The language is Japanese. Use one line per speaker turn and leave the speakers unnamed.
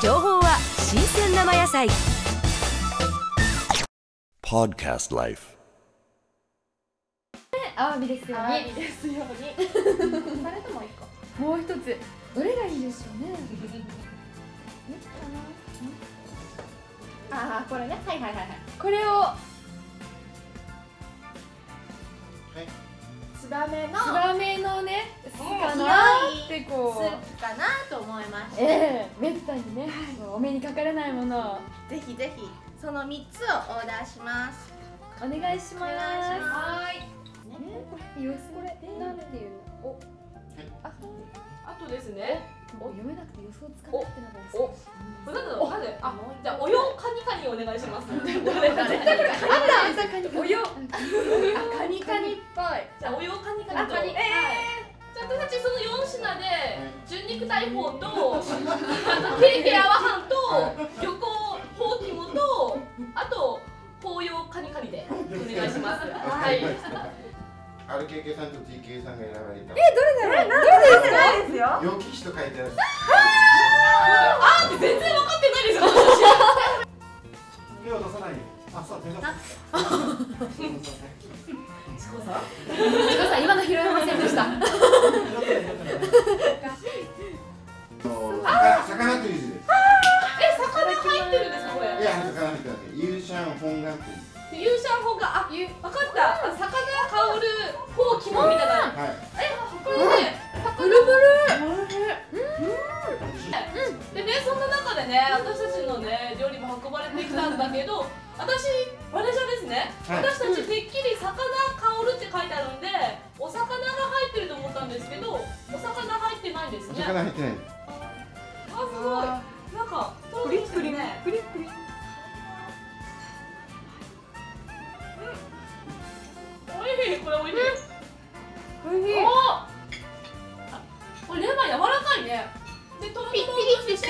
情報は新鮮生野菜
Podcast Life.
アワビですよ
アワビ
ね。
です ように。それともう一個。
もう一つ、どれがいいでしょうね。
ああこれね。はいはいはいはい。
これを、
ツバメの
ツバメのね、巣かなって
巣
こう。
かなと思いました。
ええめったにね、お目にかからないものを
ぜひぜひその三つをオーダーします。
お願いします。
お願いします
い。よし、これ、なんていうの。お、
あとですね、
もう読めなくて予想つかなくてなんか
おこれなんだろうわかんない。あ、じゃあおようカニカニお願いし ます。誰かね
あった、あった、カニカニ。
およ
うん
カニカニっぽい。
じゃあおようカニカニと。
あカニ
えーじゃあ私たちその四品で純肉大砲と、 あとケーキアワハンと漁港ほうきもと、あと紅葉カニカニでお願いします。はい。
RKK さんと TK さんが選ばれた。
ないですよ。
容器師と書いてある。
あー全然分かってないですよ。私
手を出さないよ。あ、そう、手出す。
チコさん。
ちこさん、今の拾えませんでした。
魚魚クイズです。
え魚入ってるんですかこれ。
いや、魚クイズだって。ユーシャン本願クイズ。
ユーシャンホがあ、分かった。魚香るほうきもみたいな。
はい。
これね、ブルブルでね、そんな中でね、私たちのね、料理も運ばれてきたんだけ ど私、私はですね、
はい
私たちてっきり魚香るって書いてあるんでお魚が入ってると思ったんですけどお魚入ってないんです
お
ね
魚入ってない。
あ、すごいなんか、プリプリねプリプリおいしい、これおいしい
おいし
おこれレバー柔らかいねでトロトロしてて